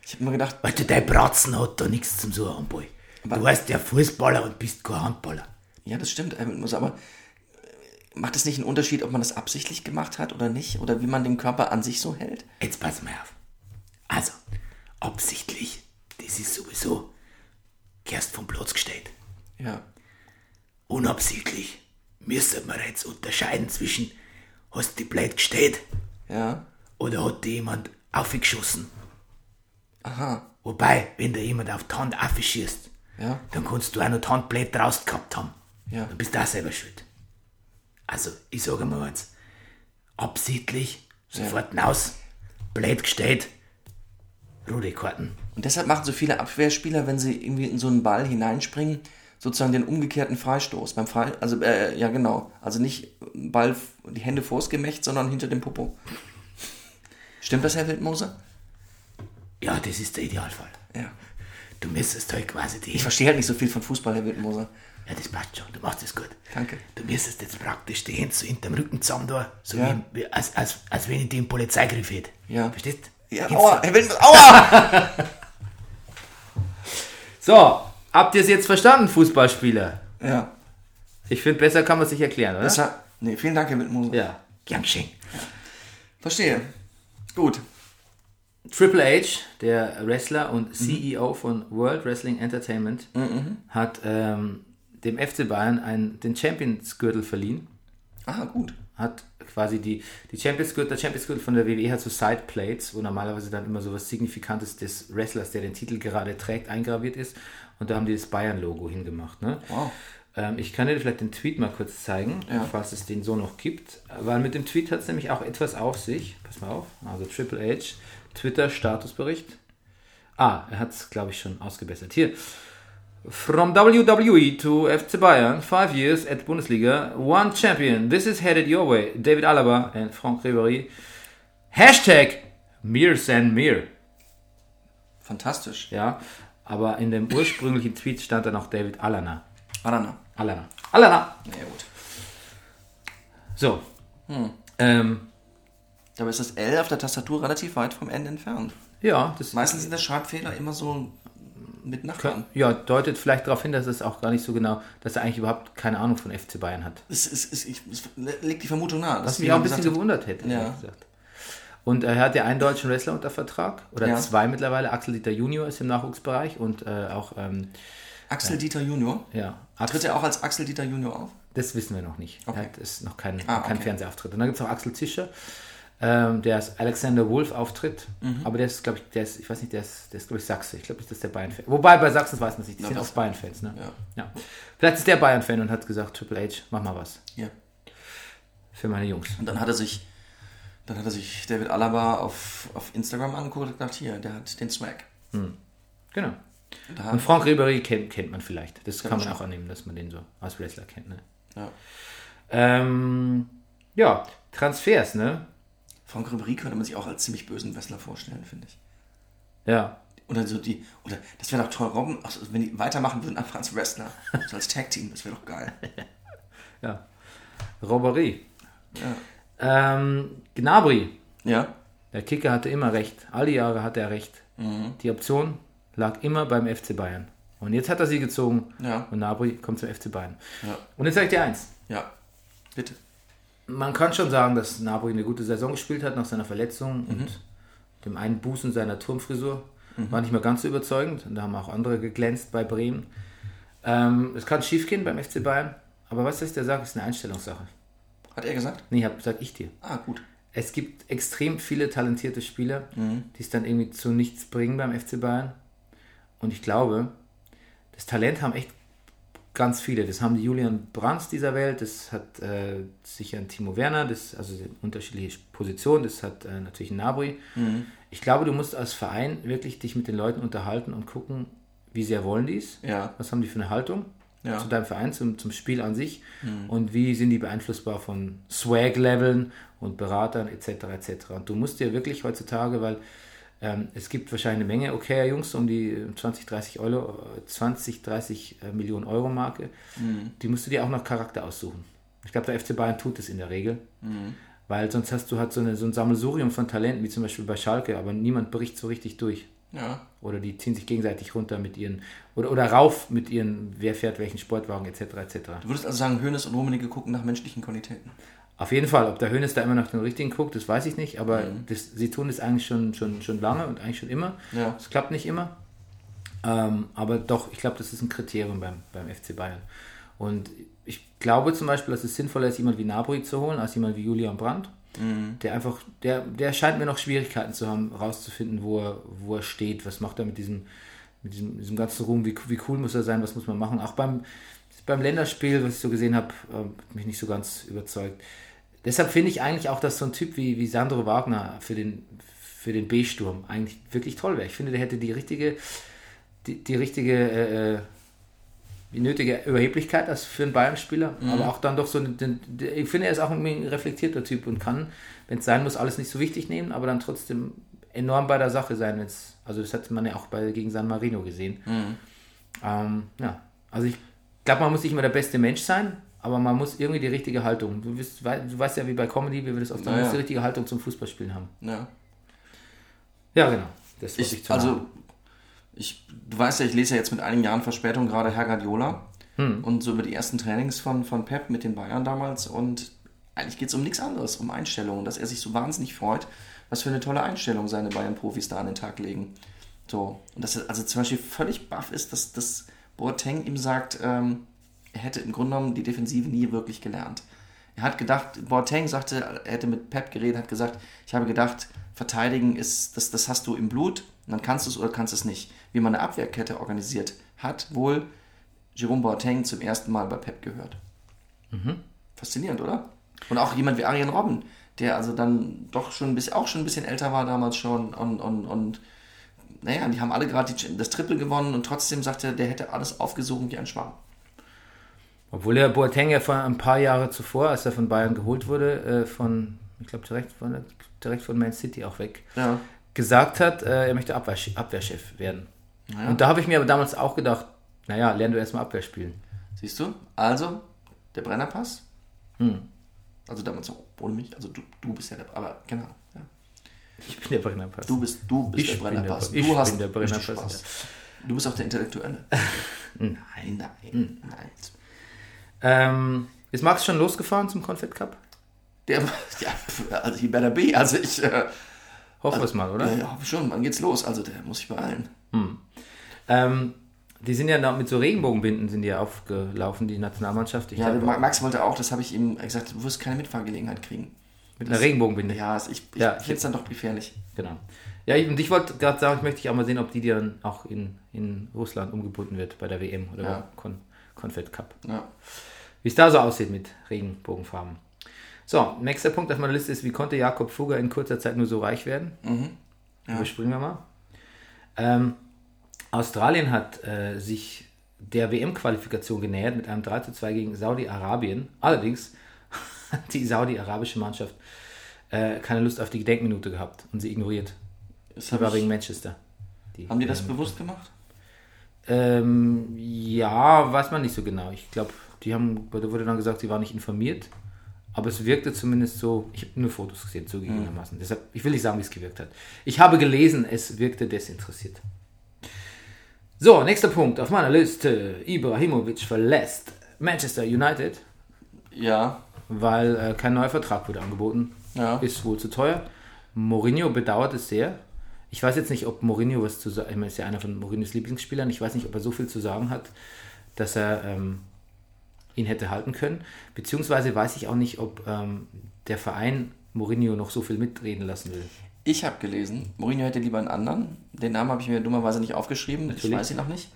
ich habe mir gedacht, Weißt du, dein Bratzen hat da nichts zum Suchen am Ball. Du warst ja Fußballer und bist kein Handballer. Ja, das stimmt, Alvin muss aber äh, macht es nicht einen Unterschied, ob man das absichtlich gemacht hat oder nicht oder wie man den Körper an sich so hält? Jetzt pass mal auf. Also, absichtlich, das ist sowieso, gehst vom Platz gestellt. Ja. Unabsichtlich, müssen wir jetzt unterscheiden zwischen, hast die blöd gestellt Ja. oder hat die jemand aufgeschossen? Aha. Wobei, wenn da jemand auf die Hand aufschießt, Ja. dann kannst du auch noch die Hand blöd draus gehabt haben. Ja. Dann bist du auch selber schuld. Also, ich sage mal eins, absichtlich, sofort hinaus, blöd gestellt, rote Karten. Und deshalb machen so viele Abwehrspieler, wenn sie irgendwie in so einen Ball hineinspringen, sozusagen den umgekehrten Freistoß. Beim Frei also, äh, ja, genau. Also nicht Ball, die Hände vors Gemächt, sondern hinter dem Popo. Stimmt das, Herr Wildmoser? Ja, das ist der Idealfall. Ja. Du müsstest halt quasi die... Ich verstehe halt nicht so viel von Fußball, Herr Wildmoser. Ja, das passt schon, du machst das gut. Danke. Du müsstest jetzt praktisch die Hände so hinterm Rücken zusammen da, so Ja. wie, wie als, als, als wenn ich dir einen Polizeigriff hätte. Ja. Verstehst du? Ja, Hände aua, Herr Wildmoser, aua! So, habt ihr es jetzt verstanden, Fußballspieler? ja. Ich finde, besser kann man es nicht erklären, oder? Das war, nee, vielen Dank, Herr Wildmoser. Ja. so- Gern geschehen. Verstehe. Gut. Triple H, der Wrestler und CEO von World Wrestling Entertainment, hat ähm, dem FC Bayern einen, den Champions-Gürtel verliehen. Ah, gut. hat Hat quasi die, die Champions-Gürtel, der Champions-Gürtel von der WWE hat so Side-Plates, wo normalerweise dann immer so was Signifikantes des Wrestlers, der den Titel gerade trägt, eingraviert ist. Und da haben die das Bayern-Logo hingemacht. Ne? Wow. Ähm, ich kann dir vielleicht den Tweet mal kurz zeigen, falls es den so noch gibt. Weil mit dem Tweet hat es nämlich auch etwas auf sich. Pass mal auf. Also Triple H, Twitter-Statusbericht. Ah, er hat es, glaube ich, schon ausgebessert. Hier. From WWE to FC Bayern, five years at Bundesliga, one champion. This is headed your way. David Alaba and Franck Ribéry. Hashtag Mears and Mir. Fantastisch. Ja, aber in dem ursprünglichen Tweet stand dann auch David Alana. Banana. Alana. Alana! Ja, gut. So. Ähm, Dabei ist das L auf der Tastatur relativ weit vom N entfernt. ja, das Meistens sind das Schreibfehler immer so mit Nachbarn. ja, deutet vielleicht darauf hin, dass es auch gar nicht so genau, dass er eigentlich überhaupt keine Ahnung von FC Bayern hat. Es, es, es, ich, es legt die Vermutung nahe. Was mich auch ein bisschen gewundert hätte. Ja. ehrlich Gesagt. Und er hat ja einen deutschen Wrestler unter Vertrag, oder Ja. zwei mittlerweile. Axel Dieter Junior ist im Nachwuchsbereich und äh, auch, ähm, Axel Dieter Junior. ja, Axel, Tritt er auch als Axel Dieter Junior auf? das wissen wir noch nicht. Okay. Er hat ist noch kein, Ah, kein okay. Fernsehauftritt. Und dann gibt es auch Axel Tischer, ähm, der ist Alexander Wolf auftritt, Mhm. aber der ist, glaube ich, der ist, ich weiß nicht, der ist, der ist glaube ich, Sachse. Ich glaube nicht, dass der Bayern-Fan Wobei bei Sachsen weiß man es nicht, die sind auch Bayern-Fans, ne? Ja. ja. Vielleicht ist der Bayern-Fan und hat gesagt, Triple H, mach mal was Ja. für meine Jungs. Und dann hat er sich, dann hat er sich David Alaba auf, auf Instagram angeguckt und gedacht, hier, der hat den Swag. Genau. Da- Und Franck Ribery kennt, kennt man vielleicht. Das kann man schon. auch annehmen, dass man den so als Wrestler kennt. Ne? Ja. Ähm, ja, Transfers, ne? Frank Ribéry könnte man sich auch als ziemlich bösen Wrestler vorstellen, finde ich. Ja. Oder so die, oder das wäre doch toll, Robben, ach, so, wenn die weitermachen würden, einfach als Wrestler, so als Tag Team, das wäre doch geil. ja. Robbery. Ähm, Gnabry. Ja, Der Kicker hatte immer recht. Alle Jahre hatte er recht. Mhm. Die Option lag immer beim FC Bayern. Und jetzt hat er sie gezogen. Ja. Und Gnabry kommt zum FC Bayern. Ja. Und jetzt sage ich dir eins. ja, bitte. Man kann schon sagen, dass Napoli eine gute Saison gespielt hat nach seiner Verletzung und dem Einbußen seiner Turmfrisur. War nicht mehr ganz so überzeugend. Und da haben auch andere geglänzt bei Bremen. Ähm, es kann schief gehen beim FC Bayern. Aber was ich dir sage, ist eine Einstellungssache. Hat er gesagt? Nee, hab, sag ich dir. Ah, gut. Es gibt extrem viele talentierte Spieler, die es dann irgendwie zu nichts bringen beim FC Bayern. Und ich glaube, das Talent haben echt ganz viele. Das haben die Julian Brands dieser Welt, das hat äh, sicher ein Timo Werner, das also die unterschiedliche Positionen, das hat äh, natürlich ein Nabri. Ich glaube, du musst als Verein wirklich dich mit den Leuten unterhalten und gucken, wie sehr wollen die es, Ja. was haben die für eine Haltung Ja. zu deinem Verein, zum, zum Spiel an sich und wie sind die beeinflussbar von Swag-Leveln und Beratern etc. etc. Und du musst dir wirklich heutzutage, weil ähm, es gibt wahrscheinlich eine Menge, okay, Jungs, um die 20, 30 Euro, äh, 20, 30 äh, Millionen Euro Marke, die musst du dir auch nach Charakter aussuchen. Ich glaube, der FC Bayern tut es in der Regel. Weil sonst hast du halt so, eine, so ein Sammelsurium von Talenten, wie zum Beispiel bei Schalke, aber niemand bricht so richtig durch. Ja, Oder die ziehen sich gegenseitig runter mit ihren, oder, oder rauf mit ihren, wer fährt welchen Sportwagen, etc. etc. Du würdest also sagen, Hönes und Rummenigge gucken nach menschlichen Qualitäten. Auf jeden Fall, ob der Hönes da immer nach den richtigen guckt, das weiß ich nicht, aber das, sie tun das eigentlich schon, schon, schon lange und eigentlich schon immer. Ja. Es klappt nicht immer. Ähm, aber doch, ich glaube, das ist ein Kriterium beim, beim FC Bayern. Und ich glaube zum Beispiel, dass es sinnvoller ist, jemand wie Nabri zu holen, als jemand wie Julian Brandt. Der einfach, der, der scheint mir noch Schwierigkeiten zu haben, rauszufinden, wo er, wo er steht, was macht er mit diesem, mit diesem, diesem ganzen Ruhm, wie, wie cool muss er sein, was muss man machen. Auch beim, beim Länderspiel, was ich so gesehen habe, äh, hat mich nicht so ganz überzeugt. Deshalb finde ich eigentlich auch, dass so ein Typ wie, wie Sandro Wagner für den, für den B-Sturm eigentlich wirklich toll wäre. Ich finde, der hätte die richtige, die, die richtige, äh, äh, die nötige Überheblichkeit als für einen Bayern-Spieler, Mhm. aber auch dann doch so, den, den, ich finde, er ist auch irgendwie ein reflektierter Typ und kann, wenn es sein muss, alles nicht so wichtig nehmen, aber dann trotzdem enorm bei der Sache sein. Wenn's, also das hat man ja auch bei, gegen San Marino gesehen. Mhm. Ähm, ja, also ich glaube, man muss nicht immer der beste Mensch sein, aber man muss irgendwie die richtige Haltung. Du, bist, wei- du weißt ja, wie bei Comedy, wie wir das oft sagen, Naja. man muss die richtige Haltung zum Fußballspielen haben. Ja. Ja, genau. Das wollte Ich, ich, zu also, sagen. ich, du weißt ja, ich lese ja jetzt mit einigen Jahren Verspätung gerade Herr Guardiola Hm. und so über die ersten Trainings von, von Pep mit den Bayern damals und eigentlich geht es um nichts anderes, um Einstellungen, dass er sich so wahnsinnig freut, was für eine tolle Einstellung seine Bayern-Profis da an den Tag legen. So, und dass er also zum Beispiel völlig baff ist, dass, dass Boateng ihm sagt, ähm, er hätte im Grunde genommen die Defensive nie wirklich gelernt. Er hat gedacht, Boateng sagte, er hätte mit Pep geredet, hat gesagt, ich habe gedacht, verteidigen ist, das, das hast du im Blut, und dann kannst du es oder kannst es nicht. Wie man eine Abwehrkette organisiert, hat wohl Jerome Boateng zum ersten Mal bei Pep gehört. Faszinierend, oder? Und auch jemand wie Arjen Robben, der also dann doch schon ein bisschen, auch schon ein bisschen älter war damals schon und, und, und naja, die haben alle gerade die- das Triple gewonnen und trotzdem sagt er, der hätte alles aufgesogen wie ein Schwamm. Obwohl der Boateng ja vor ein paar Jahre zuvor, als er von Bayern geholt wurde, äh, von, ich glaube, direkt von, direkt von Man City auch weg, Ja. gesagt hat, äh, er möchte Abwehrche- Abwehrchef werden. Und da habe ich mir aber damals auch gedacht, naja, lern du erstmal Abwehr spielen. Siehst du? Also, der Brennerpass. Hm. Also damals auch ohne mich. Also du, du bist ja der aber genau. Ja. Ich bin der Brennerpass. Du bist, du bist Ich der bin Brennerpass. der- ich du bin der richtig Brennerpass, Spaß. Du bist auch der Intellektuelle. Hm. nein, nein, nein. Ähm, ist Max schon losgefahren zum Confed Cup? Der, ja, pf, also he better be. Also ich, äh, Hoffen wir es mal, oder? ja, ja, schon, wann geht's los? Also der muss sich beeilen. Ähm, die sind ja noch mit so Regenbogenbinden sind die ja aufgelaufen, die Nationalmannschaft. Ich Ja, glaub, Ma- Max wollte auch, das habe ich ihm gesagt, du wirst keine Mitfahrgelegenheit kriegen. mit einer Regenbogenbinde. Ja, also ich, ich Ja. finde es dann doch gefährlich. Genau. Ja, ich- und ich wollte gerade sagen, ich möchte dich auch mal sehen, ob die dir dann auch in, in Russland umgebunden wird bei der WM oder Ja. beim Kon Confed Cup. Ja. Wie es da so aussieht mit Regenbogenfarben. So, nächster Punkt auf meiner Liste ist, wie konnte Jakob Fugger in kurzer Zeit nur so reich werden? Überspringen wir mal. Ähm, Australien hat äh, sich der WM-Qualifikation genähert mit einem 3 zu 2 gegen Saudi-Arabien. Allerdings hat die saudi-arabische Mannschaft äh, keine Lust auf die Gedenkminute gehabt und sie ignoriert. Das Die hab war ich, wegen Manchester. haben die das bewusst gemacht? Ähm, ja, weiß man nicht so genau. Ich glaube, die haben, da wurde dann gesagt, sie waren nicht informiert. Aber es wirkte zumindest so, ich habe nur Fotos gesehen, zugegebenermaßen. Deshalb, ich will nicht sagen, wie es gewirkt hat. Ich habe gelesen, es wirkte desinteressiert. So, nächster Punkt auf meiner Liste. Ibrahimovic verlässt Manchester United, Ja. weil äh, kein neuer Vertrag wurde angeboten. Ja. Ist wohl zu teuer. Mourinho bedauert es sehr. Ich weiß jetzt nicht, ob Mourinho was zu sagen Ich meine, ist ja einer von Mourinhos Lieblingsspielern. Ich weiß nicht, ob er so viel zu sagen hat, dass er ähm, ihn hätte halten können. Beziehungsweise weiß ich auch nicht, ob ähm, der Verein Mourinho noch so viel mitreden lassen will. Ich habe gelesen, Mourinho hätte lieber einen anderen. Den Namen habe ich mir dummerweise nicht aufgeschrieben. Ich Natürlich. weiß ihn noch nicht.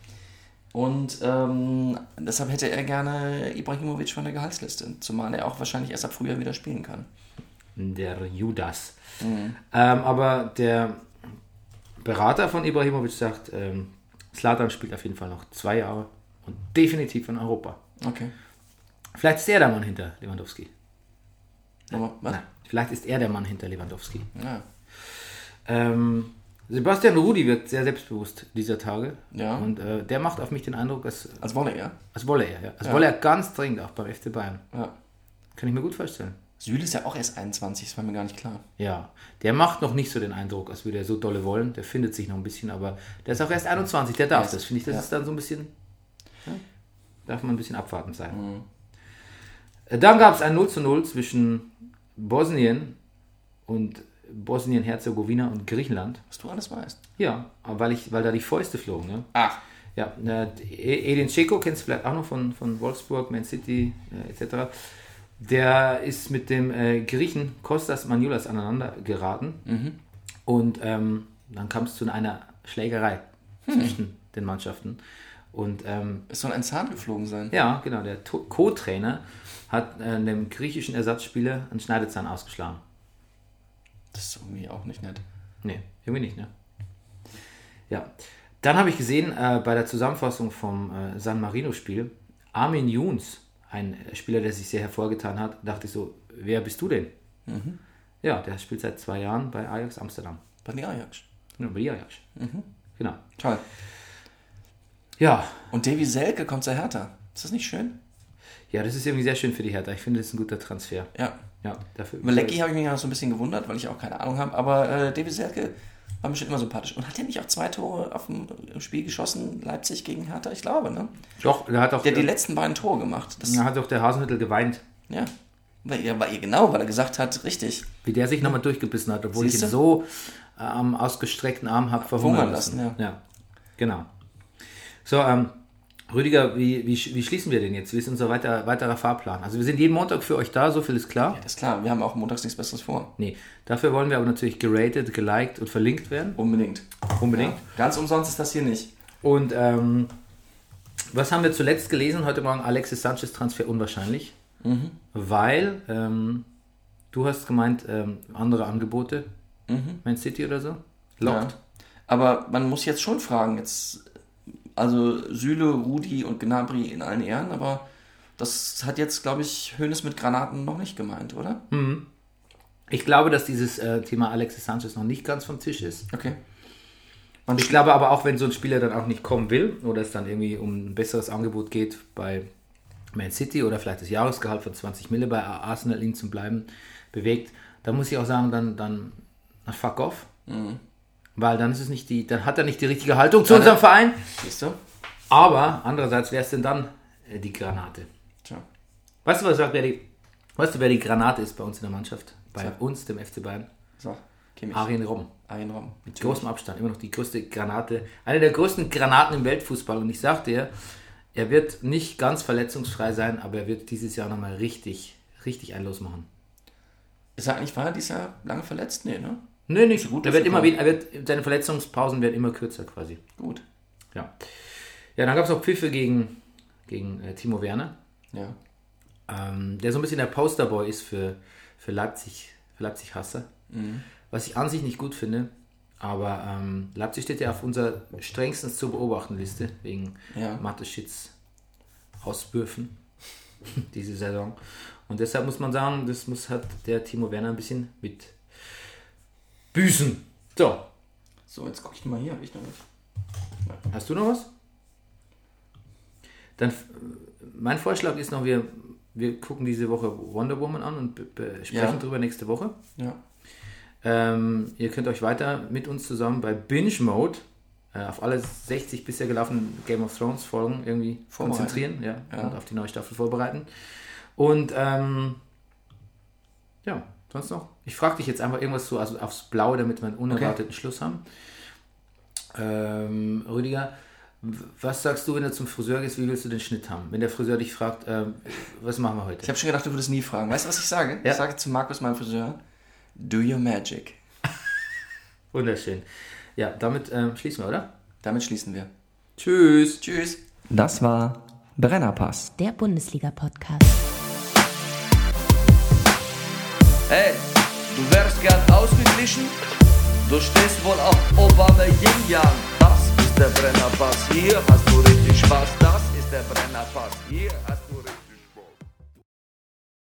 Und ähm, deshalb hätte er gerne Ibrahimovic von der Gehaltsliste. Zumal er auch wahrscheinlich erst ab Frühjahr wieder spielen kann. Der Judas. Ähm, aber der Berater von Ibrahimovic sagt, ähm, Zlatan spielt auf jeden Fall noch zwei Jahre und definitiv in Europa. Okay. Vielleicht ist er der Mann hinter Lewandowski. Aber, was? Nein, vielleicht ist er der Mann hinter Lewandowski. Ja. Ähm, Sebastian Rudi wirkt sehr selbstbewusst dieser Tage. Ja. Und äh, der macht auf mich den Eindruck, als, Als Wolle, ja? als wolle er. Ja. Als wolle er ganz dringend auch beim FC Bayern. Ja. Kann ich mir gut vorstellen. Süle ist ja auch erst 21, das war mir gar nicht klar. Ja, der macht noch nicht so den Eindruck, als würde er so dolle wollen. Der findet sich noch ein bisschen, aber der ist auch erst 21, der darf Yes. das. Finde ich, das Ja. ist dann so ein bisschen. Ja, darf man ein bisschen abwartend sein. Mhm. Äh, Dann gab es ein 0 zu 0 zwischen Bosnien und Bosnien-Herzegowina und Griechenland. Was du alles weißt. Ja, aber weil, ich, weil da die Fäuste flogen. Ne? Ach. Ja, äh, Edin Dzeko kennst du vielleicht auch noch von, von Wolfsburg, Man City äh, etc. Der ist mit dem äh, Griechen Kostas Manulas aneinander geraten und ähm, dann kam es zu einer Schlägerei zwischen den Mannschaften. Und ähm, Es soll ein Zahn geflogen sein. ja, genau, der To- Co-Trainer hat äh, dem griechischen Ersatzspieler einen Schneidezahn ausgeschlagen. Das ist irgendwie auch nicht nett. Nee, irgendwie nicht, ne? Ja. Dann habe ich gesehen, äh, bei der Zusammenfassung vom äh, San Marino-Spiel, Armin Juns, ein Spieler, der sich sehr hervorgetan hat, dachte ich so, wer bist du denn? Mhm. Ja, der spielt seit zwei Jahren bei Ajax Amsterdam. Bei den Ajax. Ja, bei Ajax. Mhm. Genau. Toll. Ja, Und Davy Selke kommt zur Hertha. Ist das nicht schön? ja, das ist irgendwie sehr schön für die Hertha. Ich finde, das ist ein guter Transfer. Ja. Ja, dafür. Über Lecky habe ich mich auch so ein bisschen gewundert, weil ich auch keine Ahnung habe. Aber äh, Davy Selke war mir schon immer sympathisch. Und hat er nicht auch zwei Tore auf dem im Spiel geschossen, Leipzig gegen Hertha? Ich glaube, ne? Doch, da hat auch Der der, hat die letzten beiden Tore gemacht. Das, da hat auch der Hasenmittel geweint, ja. Weil, ja, weil, genau, weil er gesagt hat, richtig, wie der sich nochmal durchgebissen hat, obwohl ich Siehste? ihn so äh, am ausgestreckten Arm habe verhungern Verhungern lassen. lassen, ja. genau. So, ähm, Rüdiger, wie, wie, sch- wie schließen wir denn jetzt? Wie ist unser weiter, weiterer Fahrplan? Also wir sind jeden Montag für euch da, so viel ist klar. ist klar, wir haben auch montags nichts Besseres vor. Nee, dafür wollen wir aber natürlich geratet, geliked und verlinkt werden. Unbedingt. Unbedingt. Ganz umsonst ist das hier nicht. Und ähm, was haben wir zuletzt gelesen heute Morgen? Alexis Sanchez Transfer unwahrscheinlich, weil ähm, du hast gemeint, ähm, andere Angebote, Man City oder so, lockt. Ja. Aber man muss jetzt schon fragen, jetzt, also Süle, Rudi und Gnabry in allen Ehren, aber das hat jetzt, glaube ich, Hönes mit Granaten noch nicht gemeint, oder? Hm. Ich glaube, dass dieses äh, Thema Alexis Sanchez noch nicht ganz vom Tisch ist. Okay. Ich glaube aber auch, wenn so ein Spieler dann auch nicht kommen will oder es dann irgendwie um ein besseres Angebot geht bei Man City oder vielleicht das Jahresgehalt von 20 Mille bei Arsenal ihn zum Bleiben bewegt, dann muss ich auch sagen, dann, dann na, fuck off. Weil dann ist es nicht die, dann hat er nicht die richtige Haltung zu unserem Verein. Siehst du? Aber andererseits wäre es denn dann äh, die Granate. Tja. Weißt du, was sagt, wer die, weißt du, wer die Granate ist bei uns in der Mannschaft? Bei uns, dem FC Bayern? So, Kimmich. Arjen Robben. Arjen Robben. Mit großem Abstand, immer noch die größte Granate, eine der größten Granaten im Weltfußball. Und ich sagte dir, er wird nicht ganz verletzungsfrei sein, aber er wird dieses Jahr nochmal richtig, richtig ein Los machen. Ist er eigentlich, war er dieses Jahr lange verletzt? Nee, ne? Nö, nicht gut, gut. Er dass er wird immer kommt. wieder, er wird, seine Verletzungspausen werden immer kürzer quasi. Gut. Ja. Ja, dann gab es noch Pfiffe gegen, gegen äh, Timo Werner, Ja. ähm, der so ein bisschen der Posterboy ist für, für Leipzig, für Leipzig-Hasser. Was ich an sich nicht gut finde, aber ähm, Leipzig steht ja auf unserer strengstens zu beobachten Liste wegen Ja. Mateschitz Auswürfen diese Saison. Und deshalb muss man sagen, das muss hat der Timo Werner ein bisschen mit büßen. So, So, jetzt gucke ich mal hier, habe ich noch nicht. hast du noch was? Dann f- mein Vorschlag ist noch, wir, wir gucken diese Woche Wonder Woman an und be- be- sprechen Ja. drüber nächste Woche. Ja. Ähm, ihr könnt euch weiter mit uns zusammen bei Binge Mode äh, auf alle 60 bisher gelaufenen Game of Thrones Folgen irgendwie Vorbereiten. konzentrieren ja, und auf die neue Staffel vorbereiten. Und ähm, ja, sonst noch. Ich frage dich jetzt einfach irgendwas so also aufs Blaue, damit wir einen unerwarteten Schluss haben. Ähm, Rüdiger, w- was sagst du, wenn du zum Friseur gehst, wie willst du den Schnitt haben? Wenn der Friseur dich fragt, ähm, was machen wir heute? Ich habe schon gedacht, du würdest nie fragen. Weißt du, was ich sage? Ja. Ich sage zu Markus, meinem Friseur, do your magic. Wunderschön. Ja, damit ähm, schließen wir, oder? Damit schließen wir. Tschüss. Tschüss. Das war Brennerpass. Der Bundesliga-Podcast. Ey, du wärst gern ausgeglichen? Du stehst wohl auf Obama Yin Yang. Das ist der Brennerpass, hier hast du richtig Spaß. Das ist der Brennerpass, hier hast du richtig